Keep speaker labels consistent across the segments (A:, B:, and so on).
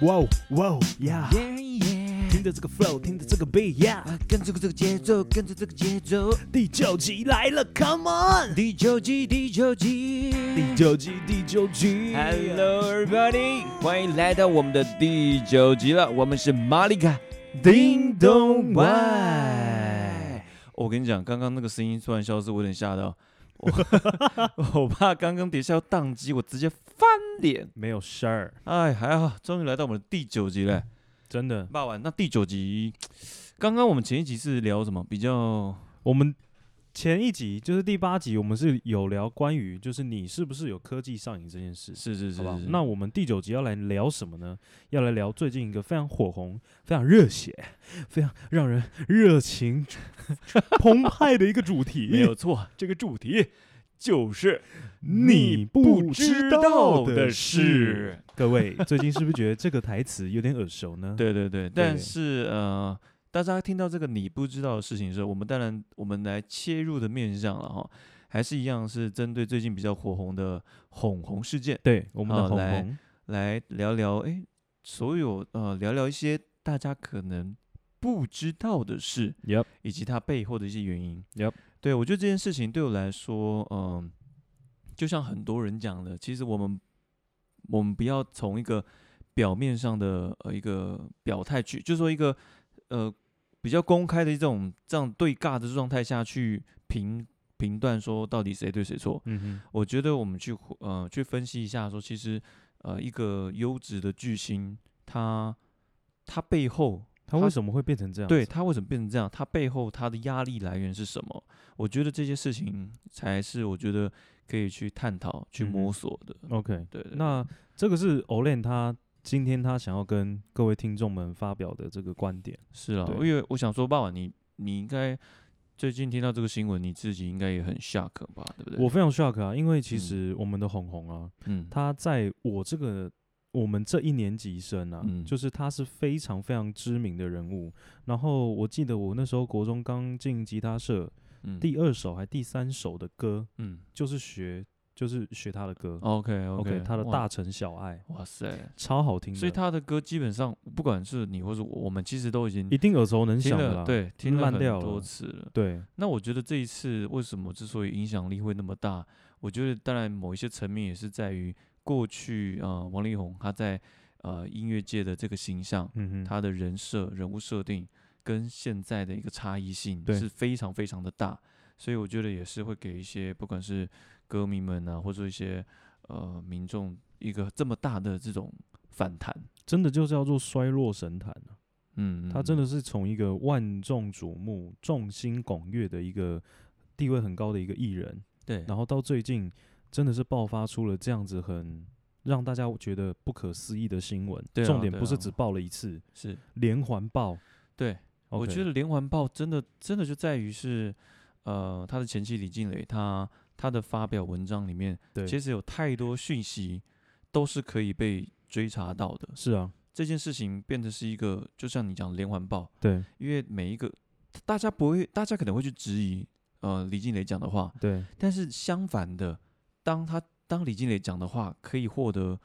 A: 哇哦哇哦呀！
B: 耶耶
A: 听，着这个 flow，听着这个 beat 呀、
B: 啊，跟着这个节奏，跟着这个节奏，
A: 第九集来了，Come on！
B: 第九集，第九集，
A: 第九集，第九集
B: Hello everybody，欢迎来到我们的第九集了，我们是玛丽卡
A: 叮咚
B: 外
A: 外。
B: 我跟你讲，刚刚那个声音突然消失，我有点吓到， 我我怕刚刚底下要宕机，我直接翻脸。
A: 没有事儿，
B: 哎，还好，终于来到我们的第九集了。
A: 真的。
B: 霸王，那第九集，刚刚我们前一集是聊什么？比较
A: 我们前一集就是第八集，我们是有聊关于就是你是不是有科技上瘾这件事，
B: 是是是
A: 好不好
B: 是，？
A: 那我们第九集要来聊什么呢？要来聊最近一个非常火红、非常热血、非常让人热情 澎湃的一个主题。
B: 没有错，这个主题就是
A: 你不知道的事。各位，最近是不是觉得这个台词有点耳熟呢？，
B: 对对对，但
A: 对
B: 是呃，大家听到这个你不知道的事情的时候，我们当然我们来切入的面向了哈，还是一样是针对最近比较火红的哄红事件
A: 对，我们的
B: 好
A: 红
B: 哦来
A: 红，
B: 来聊聊，诶，所有呃聊聊一些大家可能不知道的事，
A: Yep
B: 以及它背后的一些原因。
A: Yep
B: 对我觉得这件事情对我来说，嗯、就像很多人讲的，其实我们我们不要从一个表面上的呃一个表态去，就是说一个呃比较公开的这种这样对尬的状态下去评评断说到底谁对谁错。
A: 嗯
B: 我觉得我们去呃去分析一下说其实呃一个优质的巨星，他他背后
A: 哼，他为什么会变成这样？
B: 对，他为什么变成这样？他背后他的压力来源是什么？我觉得这些事情才是我觉得可以去探讨、去
A: 嗯哼
B: 摸索的。
A: ，OK，
B: 对对，对
A: 那这个是 Olen 他今天他想要跟各位听众们发表的这个观点。
B: 是啊，
A: 对
B: 因为我想说，爸爸，你你应该最近听到这个新闻，你自己应该也很 shock 吧？对不对？
A: 我非常 shock 啊，因为其
B: 嗯
A: 实我们的红红啊，
B: 嗯，
A: 他在我这个我们这一年级生啊，
B: 嗯
A: 就是他是非常非常知名的人物。然后我记得我那时候国中刚进吉他社，
B: 嗯
A: 第二首还第三首的歌
B: 嗯
A: 就是学就是学他的歌。
B: 哦，OK
A: OK，他的
B: 哇
A: 大城小爱
B: 哇塞，
A: 超好听的，
B: 所以他的歌基本上不管是你或是我，我们其实都已经
A: 一定耳熟能
B: 听
A: 详的
B: 了，
A: 啦。
B: 对，听了
A: 烂
B: 很
A: 掉
B: 多
A: 了
B: 次了。
A: 对
B: 那我觉得这一次为什么之所以影响力会那么大，我觉得当然某一些层面也是在于过去呃王力宏他在呃音乐界的这个形象，
A: 嗯哼，
B: 他的人设、人物设定跟现在的一个差异性
A: 对
B: 是非常非常的大，所以我觉得也是会给一些不管是歌迷们啊，或者一些呃民众一个这么大的这种反弹。
A: 真的就叫做衰落神坛啊
B: 嗯，
A: 他真
B: 的
A: 的是从一个万众瞩目、众星拱月的一个地位很高的一个艺人，
B: 对，
A: 然后到最近真的是爆发出了这样子很让大家觉得不可思议的新闻。
B: 对啊
A: 重点不
B: 对
A: 是
B: 啊
A: 只爆了一次，
B: 是
A: 连环爆。
B: 对。我
A: OK，
B: 觉得连环爆真的真的就在于是，呃，他的前妻李静蕾，他他的发表文章里面，
A: 对
B: 其实有太多讯息都是可以被追查到的。
A: 是啊，
B: 这件事情变得是一个，就像你讲连环爆，
A: 对
B: 因为每一个大家不会，大家可能会去质疑，呃，李静蕾讲的话，
A: 对
B: 但是相反的，当他当李静蕾讲的话可以获得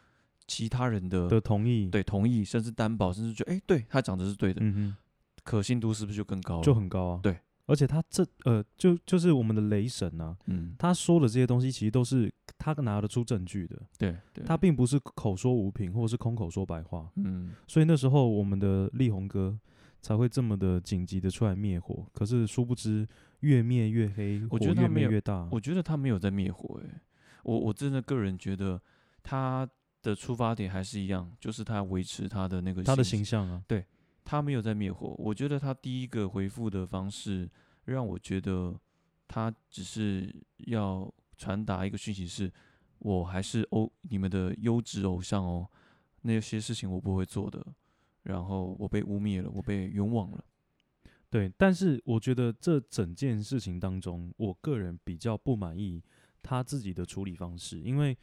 B: 其他人的
A: 的同意，，
B: 呃对同意，甚至担保，甚至觉得哎，对他讲的是对的，
A: 嗯
B: 可信度是不是就更高
A: 哼，
B: 了？
A: 就很高啊。
B: 对，
A: 而且他这呃，就就是我们的雷神啊，
B: 嗯，
A: 他说的这些东西其实都是他拿得出证据的，
B: 对对，
A: 他并不是口说无凭或者是空口说白话。
B: 嗯，
A: 所以那时候我们的力宏哥才会这么的紧急的出来灭火。可是殊不知越灭越黑，
B: 我觉得
A: 火
B: 他
A: 越
B: 没
A: 灭
B: 有
A: 越大。
B: 我觉得他没有在灭火、欸，我我真的个人觉得他的出发点还是一样，就是他维持他的那个
A: 他的
B: 形
A: 形
B: 象，
A: 象啊，
B: 他没有在灭火。我觉得他第一个回复的方式让我觉得他只是要传达一个讯息是，我还是偶你们的优质偶像哦，那些事情我不会做的。然后我被污蔑了，我被冤枉了。
A: 对。但是我觉得这整件事情当中，我个人比较不满意他自己的处理方式，因为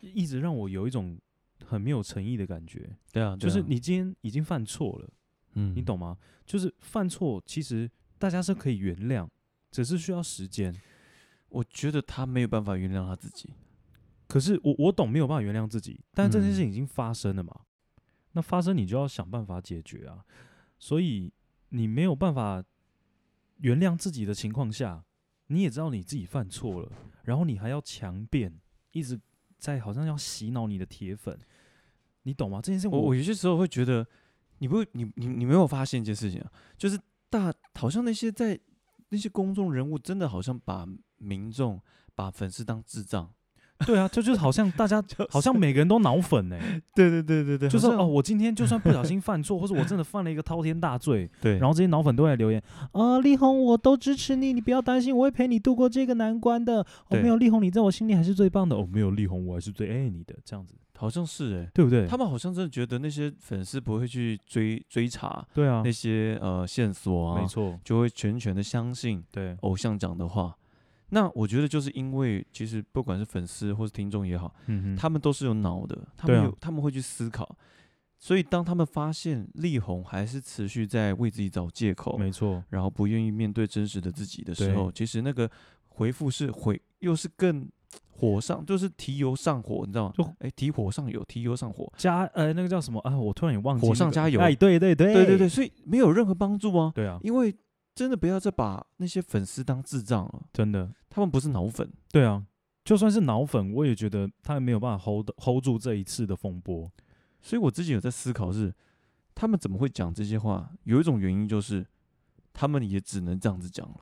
A: 一直让我有一种很没有诚意的感觉。
B: 对啊
A: 就是，你今天已经犯错了，
B: 嗯
A: 你懂吗？就是犯错，其实大家是可以原谅，只是需要时间。
B: 我觉得他没有办法原谅他自己。
A: 可是我我懂没有办法原谅自己，但这件事
B: 嗯
A: 情已经发生了嘛，那发生你就要想办法解决啊。所以你没有办法原谅自己的情况下，你也知道你自己犯错了，然后你还要强辩，一直在好像要洗脑你的铁粉，你懂吗？这件事
B: 我我有些时候会觉得，你不你你你没有发现一件事情啊，就是大好像那些在那些公众人物真的好像把民众把粉丝当智障，
A: 对啊，这就是好像大 家好像每个人都脑粉哎、
B: 对对对对对，
A: 就是
B: 好像
A: 哦，我今天就算不小心犯错，或者我真的犯了一个滔天大罪，
B: 对，
A: 然后这些脑粉都来留言啊，力宏，我都支持你，你不要担心，我会陪你度过这个难关的。哦，
B: 对
A: 没有力宏，你在我心里还是最棒的。哦，没有力宏，我还是最爱你的。这样子，
B: 好像是哎、
A: 对不对？
B: 他们好像真的觉得那些粉丝不会去追追查
A: 对啊
B: 那，些呃线索啊，
A: 没错，
B: 就会全权的相信
A: 对
B: 偶像讲的话。那我觉得就是因为其实不管是粉丝或是听众也好，
A: 嗯哼，
B: 他们都是有脑的，他
A: 对
B: 们
A: 啊
B: 有、他们会去思考，所以当他们发现力宏还是持续在为自己找借口，
A: 没错，
B: 然后不愿意面对真实的自己的时候，其实那个回复是回又是更火上，就是提油上火，你知道吗
A: 就？
B: 哎，提火上油，提油上火，
A: 加呃那个叫什么啊？我突然也忘记、那
B: 火上
A: 个
B: 加油
A: 哎，对对对
B: 对对对，所以没有任何帮助啊，
A: 对啊，
B: 因为真的不要再把那些粉丝当智障了，
A: 真的
B: 他们不是脑粉，
A: 对啊。就算是脑粉，我也觉得他没有办法 hold hold 住这一次的风波。
B: 所以我自己有在思考是，他们怎么会讲这些话？有一种原因就是，他们也只能这样子讲了，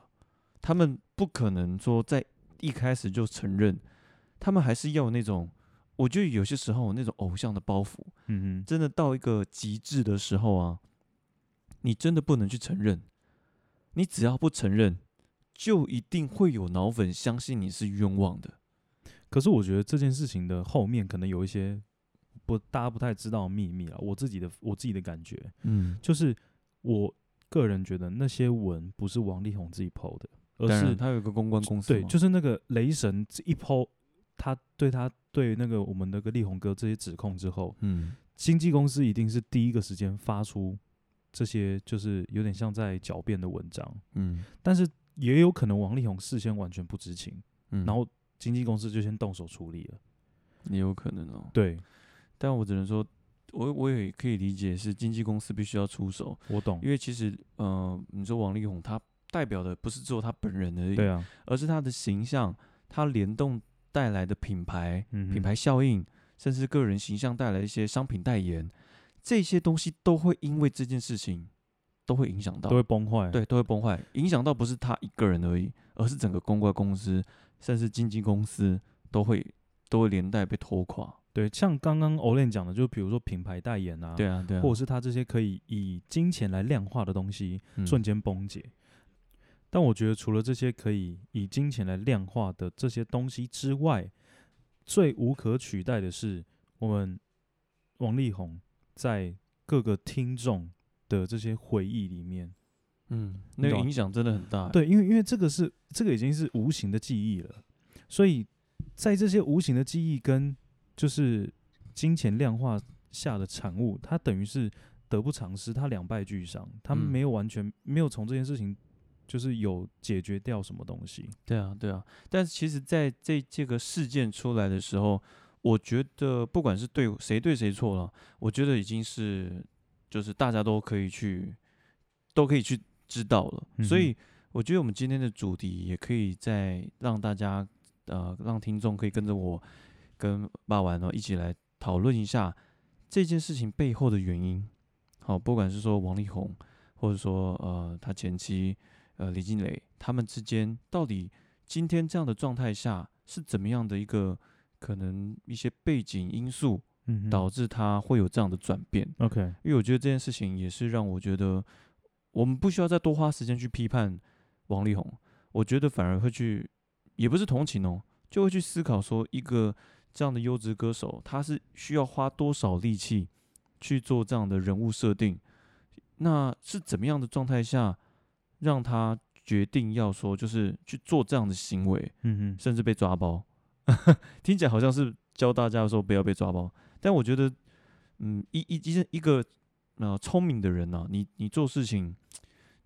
B: 他们不可能说在一开始就承认，他们还是要有那种，我觉得有些时候那种偶像的包袱，
A: 嗯哼，
B: 真的到一个极致的时候啊，你真的不能去承认，你只要不承认，就一定会有脑粉相信你是冤枉的。
A: 可是我觉得这件事情的后面可能有一些不大家不太知道的秘密啊。我自己的我自己的感觉，
B: 嗯，
A: 就是我个人觉得那些文不是王力宏自己 PO 的，而
B: 当
A: 是
B: 然，他有一个公关公司嘛，
A: 对，就是那个雷神这一 PO，他对他对那个我们那个力宏哥这些指控之后，
B: 嗯，
A: 经纪公司一定是第一个时间发出这些就是有点像在狡辩的文章，
B: 嗯
A: 但是也有可能王力宏事先完全不知情，
B: 嗯，
A: 然后经纪公司就先动手处理了。
B: 也有可能哦。
A: 对，
B: 但我只能说，我我也可以理解是经纪公司必须要出手，
A: 我懂
B: 因。为其实，呃，你说王力宏他代表的不是只有他本人而
A: 对
B: 已，
A: 啊，
B: 而是他的形象，他联动带来的品牌、
A: 嗯哼，
B: 品牌效应，甚至个人形象带来一些商品代言，这些东西都会因为这件事情都会影响到
A: 都，会崩坏。
B: 对，都会崩坏，影响到不是他一个人而已，而是整个公关公司，甚至经纪公司都会都会连带被拖垮。
A: 对，像刚刚 Olen 讲的，就比如说品牌代言啊，
B: 对啊，对啊，
A: 或者是他这些可以以金钱来量化的东西
B: 嗯
A: 瞬间崩解。但我觉得除了这些可以以金钱来量化的这些东西之外，最无可取代的是我们王力宏在各个听众的这些回忆里面，
B: 嗯，
A: 你
B: 那个
A: 懂
B: 影响真的很大欸。
A: 对，因为因为这个是这个已经是无形的记忆了，所以在这些无形的记忆跟就是金钱量化下的产物，它等于是得不偿失，它两败俱伤，它
B: 嗯
A: 没有完全没有从这件事情就是有解决掉什么东西。
B: 对啊，对啊。但是其实，在这这个事件出来的时候，我觉得不管是对谁对谁错了，我觉得已经是就是大家都可以去都可以去知道了。所
A: 嗯哼
B: 以我觉得我们今天的主题也可以再让大家呃让听众可以跟着我跟爸玩哦一起来讨论一下这件事情背后的原因。好，不管是说王力宏，或者说呃他前妻呃李静蕾他们之间到底今天这样的状态下是怎么样的一个可能一些背景因素
A: 嗯哼
B: 导致他会有这样的转变？
A: OK，
B: 因为我觉得这件事情也是让我觉得我们不需要再多花时间去批判王力宏，我觉得反而会去，也不是同情哦，就会去思考说一个这样的优质歌手，他是需要花多少力气去做这样的人物设定，那是怎么样的状态下让他决定要说就是去做这样的行为，
A: 嗯哼，
B: 甚至被抓包。 听起来好像是教大家说不要被抓包，但我觉得，嗯，一一一一个呃聪明的人呐、你你做事情，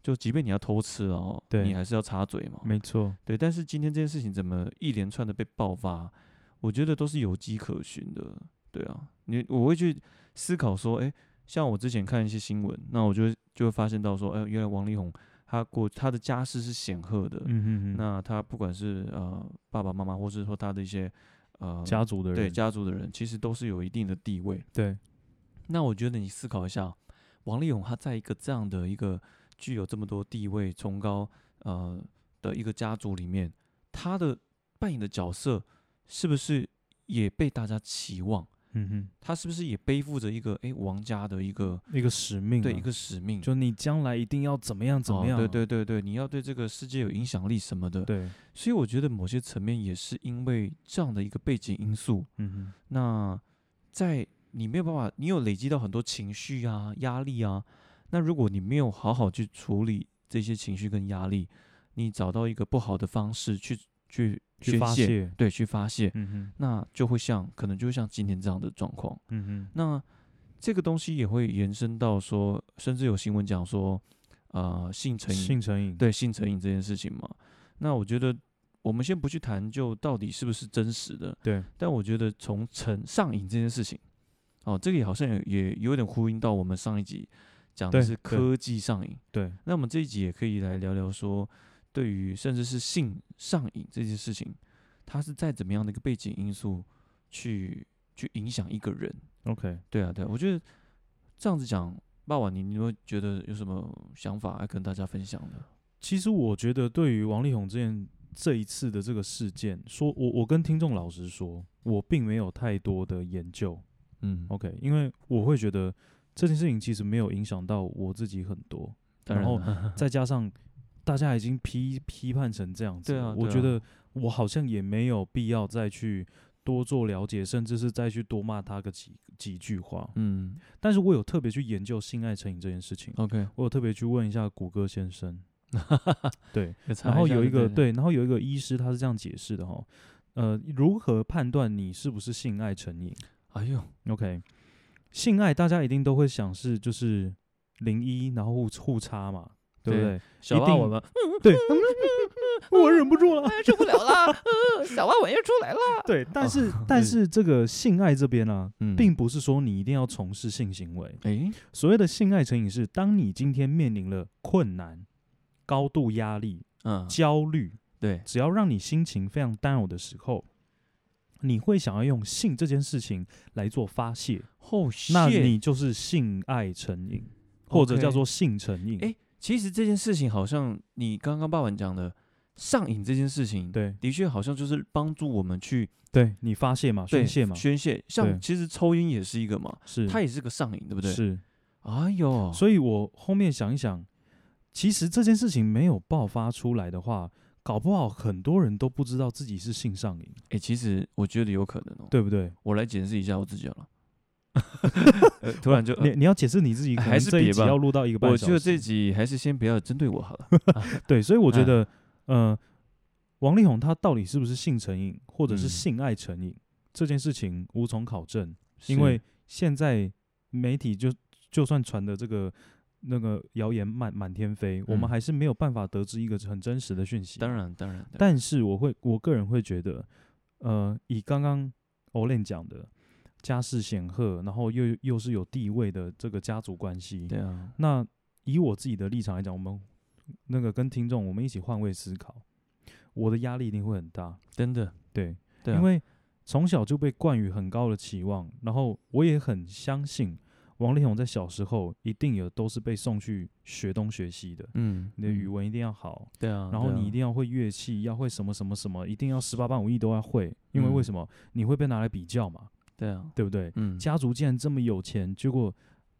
B: 就即便你要偷吃了哦，
A: 对
B: 你还是要插嘴嘛，
A: 没错，
B: 对。但是今天这件事情怎么一连串的被爆发，我觉得都是有迹可循的，对啊，你我会去思考说，诶，像我之前看一些新闻，那我就就会发现到说，哎、原来王力宏他过他的家世是显赫的，
A: 嗯哼哼，
B: 那他不管是呃爸爸妈妈，或是说他的一些呃
A: 家族的人
B: 对家族的人，其实都是有一定的地位。
A: 对
B: 那我觉得你思考一下，王力宏他在一个这样的一个具有这么多地位崇高呃的一个家族里面，他的扮演的角色是不是也被大家期望？
A: 嗯
B: 他是不是也背负着一个诶王家的一个
A: 哼，一个使命、啊，
B: 对一个使命？
A: 就你将来一定要怎么样怎么
B: 哦
A: 样啊、
B: 对对对对，你要对这个世界有影响力什么的。
A: 对，
B: 所以我觉得某些层面也是因为这样的一个背景因素，
A: 嗯
B: 那在你没有办法，你有累积到很多情绪啊、压力啊，那如果你没有好好去处理这些情绪跟压力，你找到一个不好的方式去去
A: 哼，去
B: 宣
A: 发
B: 泄，
A: 泄，
B: 对，去发泄，
A: 嗯哼，
B: 那就会像可能就会像今天这样的状况。
A: 嗯哼，
B: 那这个东西也会延伸到说，甚至有新闻讲说，呃，性成瘾
A: 性成瘾，，
B: 对性成瘾这件事情嘛。那我觉得我们先不去谈究到底是不是真实的，
A: 对，
B: 但我觉得从成上瘾这件事情，哦，这个也好像也也有点呼应到我们上一集讲的
A: 对
B: 是
A: 对
B: 科技上瘾。
A: 对，
B: 那我们这一集也可以来聊聊说，对于甚至是性上瘾这件事情，它是在怎么样的一个背景因素去去影响一个人？
A: OK，
B: 对啊，对啊，我觉得这样子讲，爸爸，你你会觉得有什么想法要跟大家分享的？
A: 其实我觉得，对于王力宏这件这一次的这个事件，说我我跟听众老实说，我并没有太多的研究
B: 嗯
A: ，OK，因为我会觉得这件事情其实没有影响到我自己很多，
B: 当然
A: 然后
B: 了
A: 再加上大家已经批批判成这样子
B: 对
A: 了，
B: 啊
A: 我
B: 对
A: 觉
B: 啊
A: 得我好像也没有必要再去多做了解，甚至是再去多骂他个几几句话。
B: 嗯
A: 但是我有特别去研究性爱成瘾这件事情，
B: ，OK，
A: 我有特别去问一下谷歌先生，对，
B: 然
A: 然后有一个，对，然后有一个医师他是这样解释的哈，呃，如何判断你是不是性爱成瘾
B: 哎呦，
A: ？OK，性爱大家一定都会想是就是零一，然后互互插嘛，对不
B: 对
A: 对？
B: 小
A: 一
B: 蛙
A: 定
B: 我们
A: 对， 我忍不 住了。
B: 受不了了， 呃，小蛙玩意出来了，
A: 对，但是但
B: 对
A: 是这个性爱这边呢、
B: 嗯
A: 并不是说你一定要从事性行为，
B: 哎，
A: 所谓的性爱成瘾是，当你今天面临了困难、高度压力、
B: 嗯，
A: 焦虑，
B: 对，
A: 只要让你心情非常 down 的时候，你会想要用性这件事情来做发泄，
B: 后
A: 那你就是性爱成瘾，或者叫做性成瘾。
B: 哎，其实这件事情好像你刚刚爸爸讲的上瘾这件事情，，
A: 对
B: 的确好像就是帮助我们去
A: 对，你发泄嘛，
B: 对
A: 宣泄嘛，
B: 宣泄，像
A: 对
B: 其实抽烟也是一个嘛，
A: 是，
B: 它也是个上瘾，对不对？，
A: 是。
B: 哎呦，
A: 所以我后面想一想，其实这件事情没有爆发出来的话，搞不好很多人都不知道自己是性上瘾，
B: 哎，其实我觉得有可能哦，
A: 对不对？
B: 我来解释一下我自己好 了，呃突然就呃
A: 你你要解释你自己，可
B: 还
A: 能
B: 是
A: 这一
B: 别
A: 集
B: 吧
A: 要录到一个半
B: 我
A: 小时。
B: 觉得这集还是先不要针对我好了。
A: 对，所以我觉
B: 哎
A: 得，呃，王力宏他到底是不是性成瘾，或者是
B: 嗯
A: 性爱成瘾，这件事情无从考证， 因为现在媒体就就算传的这个。那个谣言满满天飞，我
B: 嗯
A: 们还是没有办法得知一个很真实的讯息。
B: 当然当然，
A: 但是我会，我个人会觉得，呃，以刚刚 Olen 讲的家世显赫，然后又又是有地位的这个家族关系，
B: 对啊，
A: 那以我自己的立场来讲，我们那个跟听众我们一起换位思考，我的压力一定会很大，
B: 真的，
A: 对，
B: 对啊，
A: 因为从小就被冠予很高的期望，然后我也很相信王力宏在小时候一定也都是被送去学东学西的。
B: 嗯，
A: 你的语
B: 嗯
A: 文一定要好，
B: 对啊，
A: 然后
B: 对啊
A: 你一定要会乐器，要会什么什么什么，一定要十八般武艺都要会，因为为
B: 嗯
A: 什么、你会被拿来比较嘛，
B: 对啊，
A: 对不对？
B: 嗯，
A: 家族既然这么有钱，结果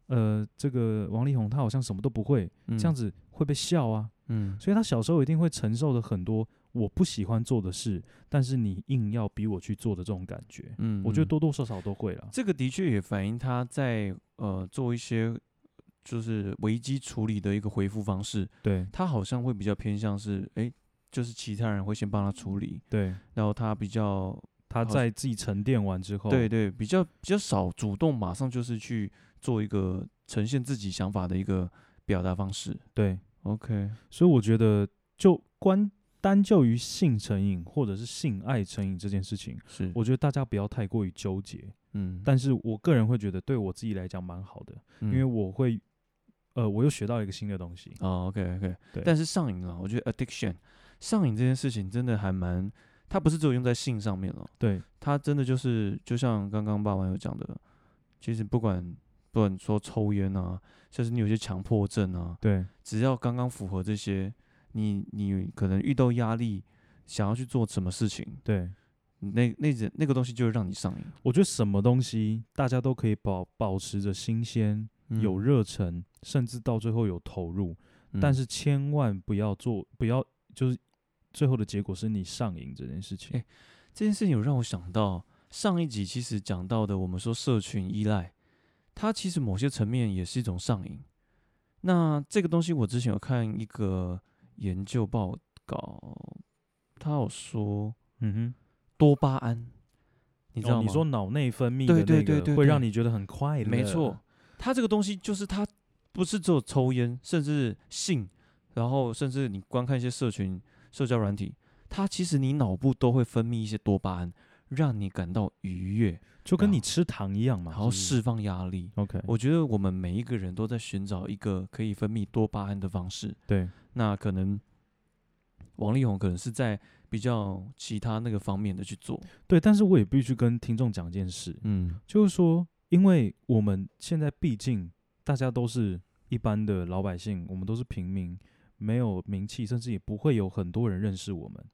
A: 呃，这个王力宏他好像什么都不会，这样
B: 子，
A: 子会被笑啊，
B: 嗯，
A: 所以他小时候一定会承受的很多我不喜欢做的事，但是你硬要逼我去做的这种感觉，
B: 嗯，
A: 我觉得
B: 嗯
A: 多多少少都会啦。
B: 这个的确也反映他在呃做一些就是危机处理的一个回复方式，
A: 对
B: 他好像会比较偏向是哎，就是其他人会先帮他处理，
A: 对，
B: 然后他比较
A: 他
B: 好
A: 在自己沉淀完之后，
B: 对对比较比较少主动马上就是去做一个呈现自己想法的一个表达方式。
A: 对，
B: OK，
A: 所以我觉得就关单就于性成瘾或者是性爱成瘾这件事情，
B: 是
A: 我觉得大家不要太过于纠结，
B: 嗯，
A: 但是我个人会觉得对我自己来讲蛮好的，
B: 因
A: 因为我会，呃，我又学到一个新的东西。
B: 哦，OK OK，
A: 对
B: 但是上瘾啊，我觉得 addiction 上瘾这件事情真的还蛮，它不是只有用在性上面哦，
A: 对，
B: 它真的就是就像刚刚爸爸有讲的，其实不管不管说抽烟啊，像是你有些强迫症啊，
A: 对，
B: 只要刚刚符合这些，你你可能遇到压力，想要去做什么事情，
A: 对，
B: 那那人那个东西就会让你上瘾，
A: 我觉得什么东西大家都可以保保持着新鲜、有
B: 嗯，
A: 热忱，甚至到最后有投入，
B: 嗯
A: 但是千万不要做，不要就是最后的结果是你上瘾这件事情。
B: 哎这件事情有让我想到上一集其实讲到的，我们说社群依赖，它其实某些层面也是一种上瘾。那这个东西我之前有看一个研究报告，它有说
A: 嗯哼，
B: 多巴胺，你知道吗？
A: 哦、你说脑内分泌的那
B: 对
A: 个
B: 对对对
A: 会
B: 对
A: 让你觉得很快乐，
B: 没错，，它这个东西就是它不是只有抽烟，甚至性，然后甚至你观看一些社群社交软体，它其实你脑部都会分泌一些多巴胺，让你感到愉悦。
A: 就跟
B: 然
A: 你
B: 后
A: 吃糖一样嘛。
B: 然后
A: 是不是
B: 释放压力。
A: OK，
B: 嗯我觉得我们每一个人都在寻找一个可以分泌多巴胺的方式。
A: 对
B: 那可能王力宏可能是在比较其他那个方面的去做。
A: 对，但是我也必须跟听众讲一件事，
B: 嗯
A: 就是说，因为我们现在毕竟大家都是一般的老百姓，我们都是平民，没有名气，甚至也不会有很多人认识我们。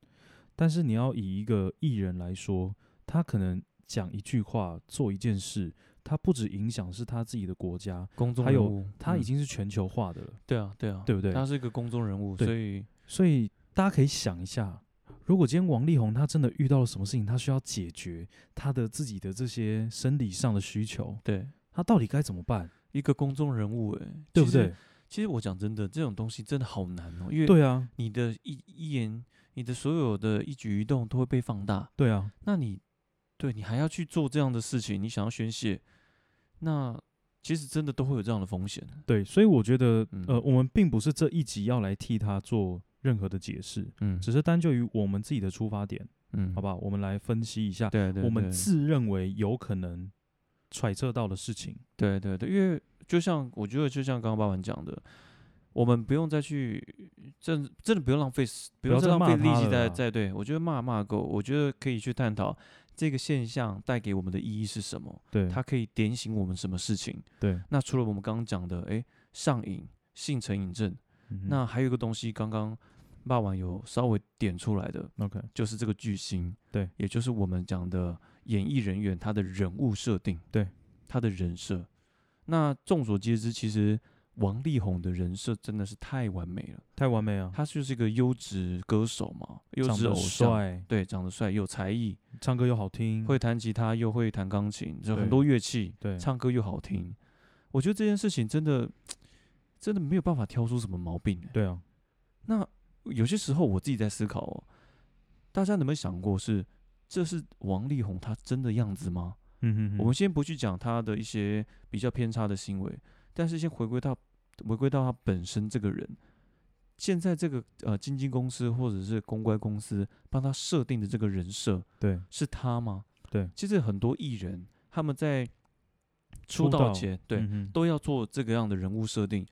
A: 但是你要以一个艺人来说，他可能讲一句话、做一件事，他不止影响是他自己的国家，
B: 公众
A: 还
B: 人
A: 有
B: 物
A: 他已
B: 嗯
A: 经是全球化的了，
B: 对啊对啊，
A: 对不对？
B: 他是一个公众人物，
A: 对
B: 所以
A: 所以大家可以想一下，如果今天王力宏他真的遇到了什么事情，他需要解决他的自己的这些生理上的需求，
B: 对
A: 他到底该怎么办？
B: 一个公众人物、欸，
A: 对不
B: 其实
A: 对？？
B: 其实我讲真的，这种东西真的好难哦、因为
A: 对啊，
B: 你的一一言，你的所有的一举一动都会被放大。
A: 对啊，
B: 那你对你还要去做这样的事情，你想要宣泄，那其实真的都会有这样的风险。
A: 对，所以我觉得，
B: 嗯
A: 呃，我们并不是这一集要来替他做任何的解释，
B: 嗯
A: 只是单就于我们自己的出发点，
B: 嗯
A: 好
B: 吧，
A: 吧？我们来分析一下
B: 对对，
A: 我们
B: 对
A: 自认为有可能揣测到的事情。
B: 对对对，因为就像我觉得，就像刚刚爸爸讲的，我们不用再去真真的不用浪费时，
A: 不
B: 不用
A: 要
B: 再
A: 再
B: 浪
A: 骂
B: 费
A: 他
B: 力气
A: 了
B: 在
A: 啦
B: 在对我觉得骂骂够，我觉得可以去探讨这个现象带给我们的意义是什么，
A: 对，
B: 它可以点醒我们什么事情。
A: 对，
B: 那除了我们刚刚讲的，诶，上瘾、性成瘾症。
A: 嗯哼
B: 那还有一个东西，刚刚骂完有稍微点出来的，
A: OK，
B: 就是这个巨星，
A: 对，
B: 也就是我们讲的演艺人员他的人物设定，
A: 对，
B: 他的人设。那众所皆知，其实王力宏的人设真的是太完美了，
A: 太完美啊，
B: 他就是一个优质歌手嘛，优
A: 长
B: 质
A: 得
B: 偶像，
A: 帅，
B: 对，长得帅，有才艺，
A: 唱歌又好听，
B: 会弹吉他又会弹钢琴，就很
A: 对
B: 多乐器，
A: 对，
B: 唱歌又好听。我觉得这件事情真的真的没有办法挑出什么毛病、欸。
A: 对啊，
B: 那有些时候我自己在思考哦，大家有没有想过是这是王力宏他真的样子吗？
A: 嗯哼哼，
B: 我们先不去讲他的一些比较偏差的行为，但是先回归到回归到他本身这个人。现在这个呃经纪公司或者是公关公司帮他设定的这个人设
A: 对
B: 是他吗？
A: 对，
B: 其实很多艺人他们在出道前对、
A: 嗯哼
B: 都要做这个样的人物设定。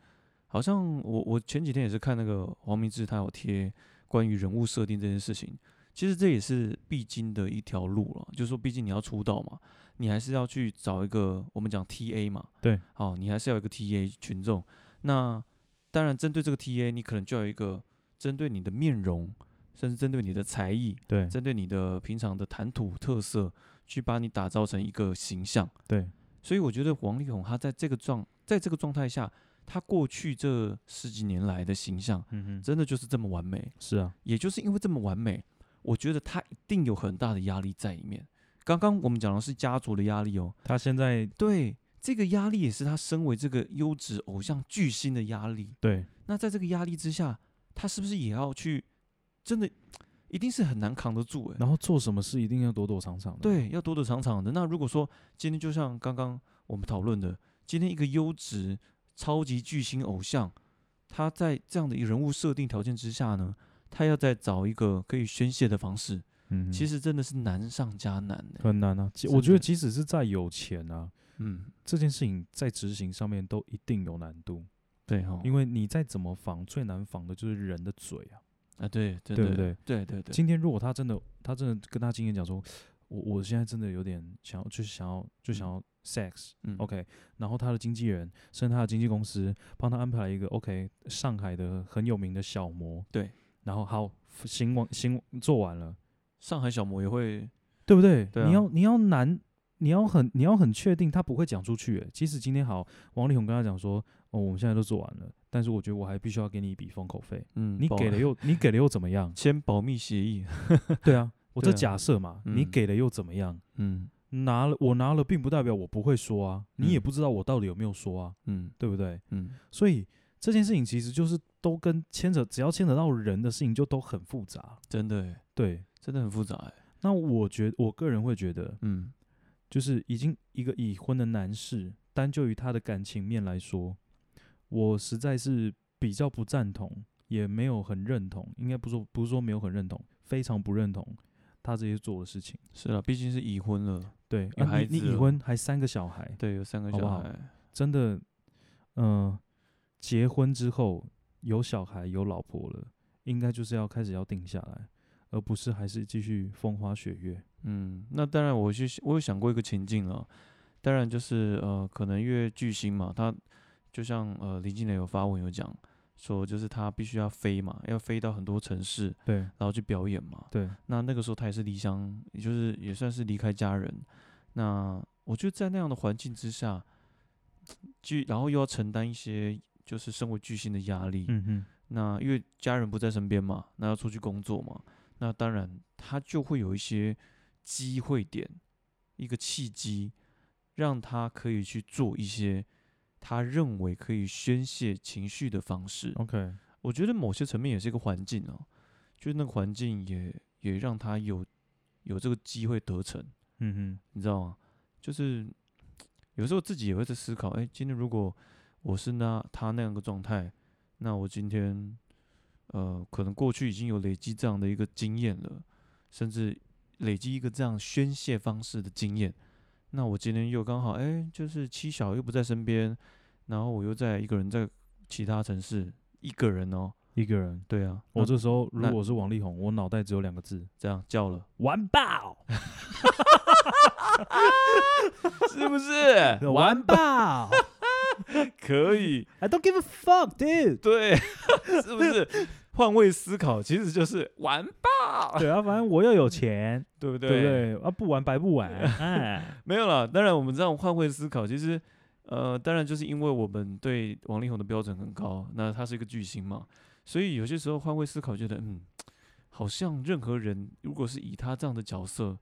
B: 好像我我前几天也是看那个黄明志，他有贴关于人物设定这件事情。其实这也是必经的一条路了，就是说，毕竟你要出道嘛，你还是要去找一个我们讲 TA 嘛，
A: 对，
B: 好、你还是要有一个 TA 群众。那当然，针对这个 TA，你可能就要有一个针对你的面容，甚至针对你的才艺，
A: 对
B: 针对你的平常的谈吐特色，去把你打造成一个形象。
A: 对
B: 所以我觉得王力宏他在这个状在这个状态下，他过去这十几年来的形象
A: 嗯哼，
B: 真的就是这么完美，
A: 是啊，
B: 也就是因为这么完美，我觉得他一定有很大的压力在里面。刚刚我们讲的是家族的压力哦，
A: 他现在
B: 对，这个压力也是他身为这个优质偶像巨星的压力。
A: 对
B: 那在这个压力之下，他是不是也要去，真的一定是很难扛得住欸诶、
A: 然后做什么事一定要躲躲藏藏的。，
B: 对，要躲躲藏藏的。那如果说今天就像刚刚我们讨论的，今天一个优质超级巨星偶像，他在这样的一个人物设定条件之下呢，他要再找一个可以宣泄的方式，
A: 嗯哼，
B: 其实真的是难上加难的、
A: 很难啊。即
B: 真
A: 我觉得
B: 的
A: 即使是再有钱啊，
B: 嗯，
A: 这件事情在执行上面都一定有难度，
B: 对哦，
A: 因为你再怎么防，最难防的就是人的嘴啊。
B: 啊，对对
A: 对不
B: 对对对对，
A: 今天如果他真的，他真的跟他经验讲说，我我现在真的有点想要，就是想要，就想要 sex，
B: 嗯
A: OK，然后他的经纪人，甚至他的经纪公司帮他安排了一个 OK 上海的很有名的小模，
B: 对，
A: 然后好行完行做完了，
B: 上海小模也会，
A: 对不对？
B: 对啊
A: 你要你要难，你要很你要很确定他不会讲出去欸。即使今天好，王力宏跟他讲说，哦，我们现在都做完了，但是我觉得我还必须要给你一笔封口费，
B: 嗯，
A: 你
B: 保？
A: 给了又你给了又怎么样
B: 签保密协议，
A: 对啊，我这
B: 对啊
A: 假设嘛，你
B: 嗯
A: 给了又怎么样？
B: 嗯
A: 拿了我拿了，并不代表我不会说啊，你也
B: 嗯
A: 不知道我到底有没有说啊，
B: 嗯
A: 对不对？
B: 嗯，
A: 所以这件事情其实就是都跟牵扯，只要牵扯到人的事情就都很复杂。
B: 真的欸
A: 对，
B: 真的很复杂哎，
A: 那我觉我个人会觉得，
B: 嗯
A: 就是已经一个已婚的男士，单就于他的感情面来说，我实在是比较不赞同，也没有很认同，应该不说不是说没有很认同，非常不认同他这些做的事情。
B: 是了，毕竟是已婚了，
A: 对，
B: 有
A: 啊、
B: 孩
A: 你你
B: 子
A: 已
B: 了
A: 婚还三个小孩，
B: 对，有三个
A: 好不
B: 小
A: 好
B: 孩，
A: 真的，嗯、结婚之后有小孩有老婆了，应该就是要开始要定下来，而不是还是继续风花雪月。
B: 嗯，那当然我去，我有想过一个情境啊，当然就是呃，可能因为巨星嘛，他就像呃林俊磊有发文有讲说，就是他必须要飞嘛，要飞到很多城市，
A: 对
B: 然后去表演嘛。
A: 对，
B: 那那个时候他也是离乡，也就是也算是离开家人。那我觉得在那样的环境之下，巨然后又要承担一些就是身为巨星的压力，
A: 嗯哼，
B: 那因为家人不在身边嘛，那要出去工作嘛，那当然他就会有一些机会点，一个契机，让他可以去做一些他认为可以宣泄情绪的方式。
A: ，OK，
B: 我觉得某些层面也是一个环境哦，就是那个环境也也让他有有这个机会得逞，
A: 嗯
B: 你知道吗？就是有时候自己也会在思考，哎、今天如果我是那他那样的状态，那我今天呃，可能过去已经有累积这样的一个经验了，甚至累积一个这样宣泄方式的经验。那我今天又刚好，哎、就是妻小又不在身边，然后我又在一个人在其他城市，一个人哦，
A: 哼，一个人。
B: 对啊，
A: 我
B: 就
A: 这时候
B: 那
A: 如果是王力宏，我脑袋只有两个字：
B: 这样 叫了，
A: 完爆，
B: 是 不是
A: 完爆
B: 可以。
A: ！I don't give a fuck, dude。
B: 对， 是不是换位思考其实就是玩 吧，
A: 对啊，反正我又有钱，
B: 对不对？
A: 对不对？啊，不玩白不玩。 哎，
B: 没有啦，当然我们这样换位思考，其实呃，当然就是因为我们对王力宏的标准很高，那他是一个巨星嘛，所以有些时候换位思考，觉得嗯，好像任何人如果是以他这样的角色，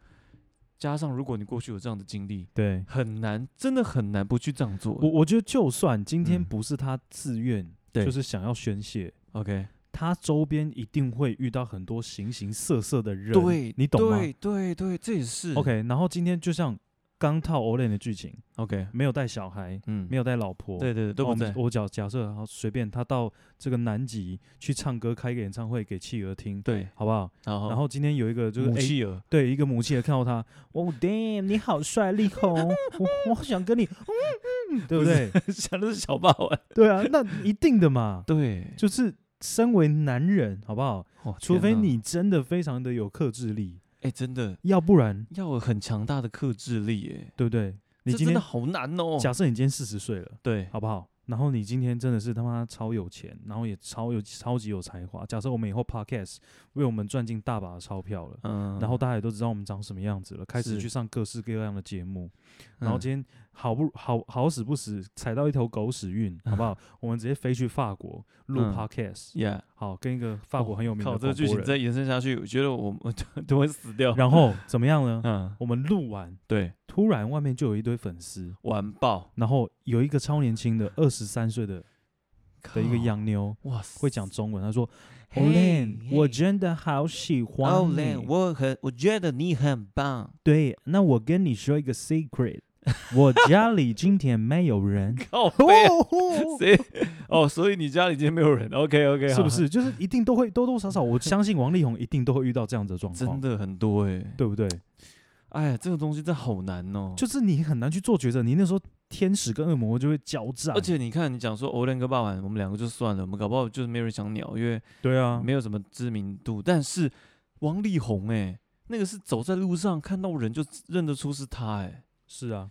B: 加上如果你过去有这样的经历，
A: 对
B: 很难，真的很难不去这样做。
A: 我我觉得就算今天
B: 嗯
A: 不是他自愿，
B: 对
A: 就是想要宣泄，
B: OK，
A: 他周边一定会遇到很多形形色色的人，
B: 对，
A: 你懂吗
B: 对对对，这也是
A: OK，然后今天就像刚套 Olen 的剧情，
B: OK，
A: 没有带小孩，
B: 嗯，
A: 没有带老婆，
B: 对对对，都
A: 哦
B: 不
A: 我们
B: 在，
A: 我假假设，然后随便他到这个南极去唱歌，开个演唱会给企鹅听，
B: 对，
A: 好不好？
B: 然后
A: 然后今哎天有一个就是
B: 母
A: A
B: 企鹅，
A: 对一个母企鹅看到他，哦、damn，你好帅，力宏，我我好想跟你，嗯嗯，对不
B: 不
A: 对？
B: 想的是小霸王。
A: 对啊，那一定的嘛，
B: 对，
A: 就是身为男人，好不好？
B: 哇
A: 除
B: 天
A: 非
B: 哪
A: 你真的非常的有克制力，
B: 哎，真的
A: 要不然，
B: 要有很强大的克制力，哎，
A: 对不对？你
B: 这
A: 今天
B: 真的好难哦。
A: 假设你今天四十岁了，
B: 对，
A: 好不好？然后你今天真的是他妈超有钱，然后也超有超级有才华。假设我们以后 podcast 为我们赚进大把的钞票了，
B: 嗯
A: 然后大家也都知道我们长什么样子了，开始
B: 是
A: 去上各式各样的节目。然后
B: 嗯
A: 今天好不好好死不死踩到一头狗屎运，好不好？我们直接飞去法国录
B: 嗯
A: podcast，、
B: ，Yeah，
A: 好跟一个法国
B: 哦
A: 很有名的
B: 靠，这
A: 广
B: 个剧
A: 播
B: 情
A: 人。
B: 再延伸下去，我觉得我们 都会死 掉。
A: 然后怎么样呢？
B: 嗯，
A: 我们录完，
B: 对，
A: 突然外面就有一堆粉丝，
B: 完爆
A: 然后有一个超年轻的二十三岁的的
B: 哦
A: 一个，洋妞，
B: 靠哇塞，
A: 会讲中文，她说
B: 嘿
A: ：“Olen，我
B: 嘿
A: 真的好喜
B: 哦
A: 欢你。
B: Olen，我很，我觉得你很棒。
A: 对，那我跟你说一个 secret，我家里今天没有人，
B: 靠
A: 哦
B: 背啊， 谁？哦，所以你家里今天没有人？OK OK，
A: 是不是？就是一定都会多多少少，我相信王力宏一定都会遇到这样子的状
B: 真
A: 况，
B: 的很多哎、
A: 对不对？
B: 哎呀，这个东西真的好难哦。
A: 就是你很难去做抉择，你那时候天使跟恶魔就会交战，
B: 而且你看，你讲说欧亮跟霸王，我们两个就算了，我们搞不好就是没有人想鸟，因为
A: 对啊，
B: 没有什么知名度。但是王力宏哎、那个是走在路上看到人就认得出是他哎、
A: 是啊，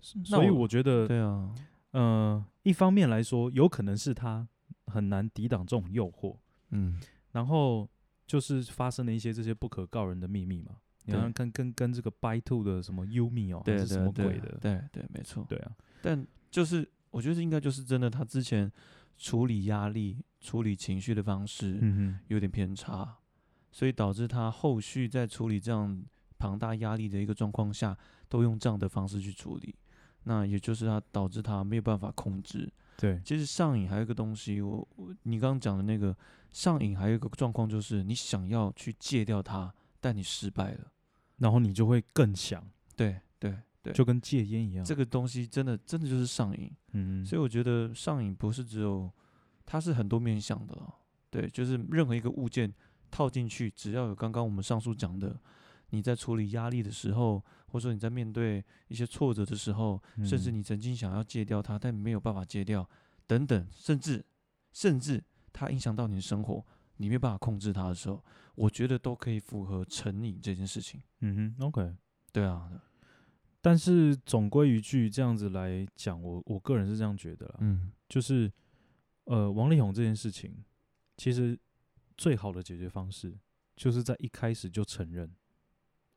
A: 是
B: 那
A: 所以
B: 我
A: 我觉得，
B: 对啊，
A: 呃，一方面来说，有可能是他很难抵挡这种诱惑，
B: 嗯，
A: 然后就是发生了一些这些不可告人的秘密嘛。你
B: 对
A: 看，跟跟跟这个 By Two 的什么 Umi 哦，还
B: 对
A: 是
B: 对
A: 什么
B: 对
A: 鬼的，
B: 对对，没错。
A: 对啊，
B: 但就是我觉得应该就是真的，他之前处理压力、处理情绪的方式，
A: 嗯
B: 有点偏差，所以导致他后续在处理这样庞大压力的一个状况下，都用这样的方式去处理。那也就是他导致他没有办法控制。
A: 哼，对，
B: 其实上瘾还有一个东西，我我你刚刚讲的那个上瘾还有一个状况就是你想要去戒掉它，但你失败了。
A: 然后你就会更想，
B: 对对对，
A: 就跟戒烟一样，
B: 这个东西真的真的就是上瘾。
A: 嗯，
B: 所以我觉得上瘾不是只有，它是很多面向的啦。对，就是任何一个物件套进去，只要有刚刚我们上述讲的，你在处理压力的时候，或者说你在面对一些挫折的时候，甚至
A: 嗯
B: 你曾经想要戒掉它，但没有办法戒掉，等等，甚至甚至它影响到你的生活，你没有办法控制它的时候，我觉得都可以符合成瘾这件事情。
A: 嗯哼，OK。
B: 对啊，
A: 但是总归一句，这样子来讲，我我个人是这样觉得啦，
B: 嗯，
A: 就是呃，王力宏这件事情，其实最好的解决方式就是在一开始就承认，